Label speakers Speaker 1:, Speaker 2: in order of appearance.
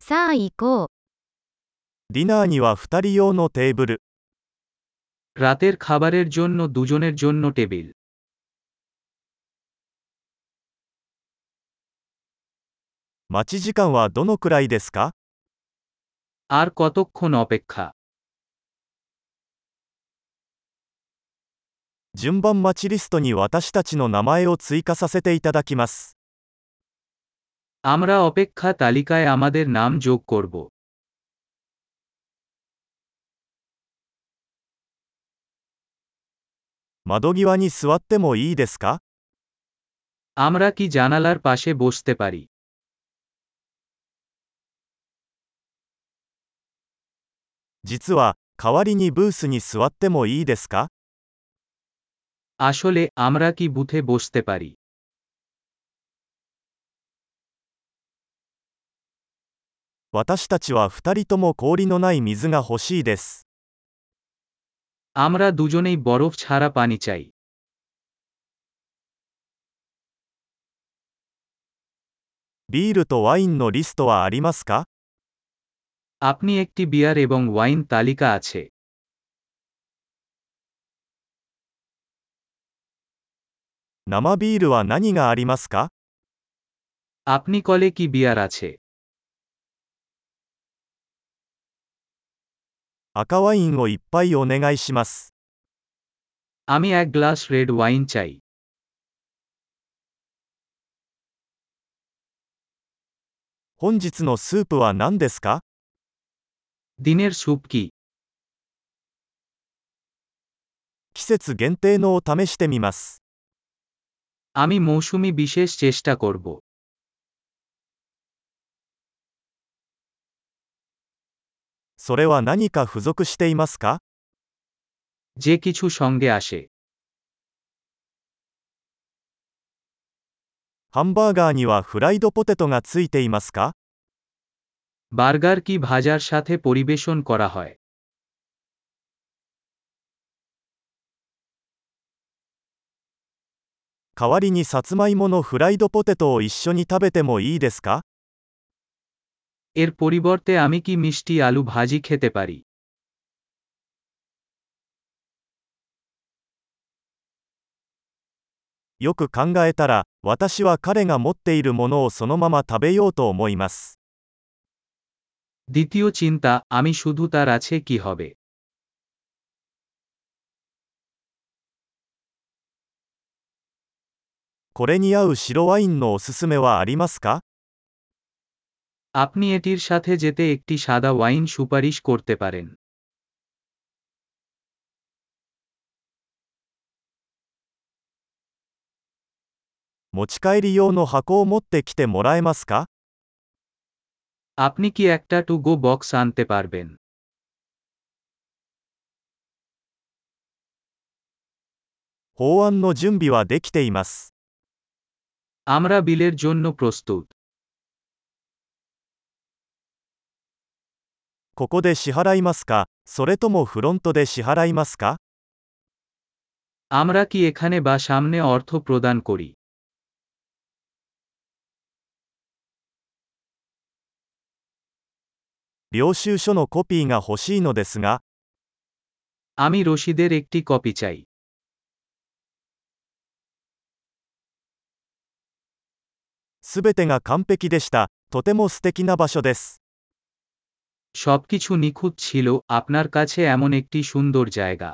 Speaker 1: さあ行こう。
Speaker 2: ディナーには2人用のテーブル、
Speaker 3: রাতের খাবারের জন্য দুজনের জন্য টেবিল
Speaker 2: 待ち時間はどのくらいですか
Speaker 3: আর কতক্ষণ অপেক্ষা
Speaker 2: 順番待ちリストに私たちの名前を追加させていただきます。
Speaker 3: আমরা অপেক্ষা তালিকায় আমাদের নাম যোগ করব
Speaker 2: 窓際に座ってもいいですか
Speaker 3: আমরা কি জানালার পাশে বসতে পারি
Speaker 2: 実は、代わりにブースに座ってもいいですか
Speaker 3: আসলে আমরা কি বুথে বসতে পারি
Speaker 2: 私たちは2人とも氷のない水が欲しいです。
Speaker 3: আমরা দুজনেই বরফ ছাড়া পানি চাই
Speaker 2: ビールとワインのリストはありますか
Speaker 3: আপনি একটি বিয়ার এবং ওয়াইন তালিকা আছে
Speaker 2: 生ビールは何がありますか
Speaker 3: আপনি কলে কি বিয়ার আছে
Speaker 2: 赤ワインをいっぱいお願いします。
Speaker 3: আমি এক গ্লাস রেড ওয়াইন চাই
Speaker 2: 本日のスープは何ですか
Speaker 3: দিনের স্যুপ কি
Speaker 2: 季節限定のを試してみます。
Speaker 3: আমি মৌসুমি বিশেষ চেষ্টা করব
Speaker 2: それは何か付属していますか
Speaker 3: যে কিছু সঙ্গে আসে
Speaker 2: ハンバーガーにはフライドポテトがついていますか
Speaker 3: বার্গার কি ভাজার সাথে পরিবেশন করা হয়
Speaker 2: 代わりにさつまいものフライドポテトを一緒に食べてもいいですか
Speaker 3: এর পরিবর্তে আমি কি মিষ্টি আলু ভাজি খেতে পারি
Speaker 2: よく考えたら、私は彼が持っているものをそのまま食べようと思います。
Speaker 3: দ্বিতীয় চিন্তা আমি শুধু তার আছে কি হবে
Speaker 2: これに合う白ワインのおすすめはありますか
Speaker 3: আপনি এটির সাথে যেতে একটি সাদা ওয়াইন সুপারিশ করতে পারেন
Speaker 2: 持ち帰り用の箱を持ってきてもらえますか
Speaker 3: আপনি কি একটা টু গো বক্স আনতে পারবেন
Speaker 2: 法案の準備はできています。
Speaker 3: আমরা বিলের জন্য প্রস্তুত
Speaker 2: ここで支払いますかそれともフロントで支払いますか
Speaker 3: আমরা কি এখানে বা সামনে অর্থ প্রদান করি
Speaker 2: 領収書のコピーが欲しいのですが、
Speaker 3: আমি রসিদের একটি কপি চাই
Speaker 2: すべてが完璧でした。とても素敵な場所です。
Speaker 3: সবকিছু নিখুঁত ছিল আপনার কাছে এমন একটি সুন্দর জায়গা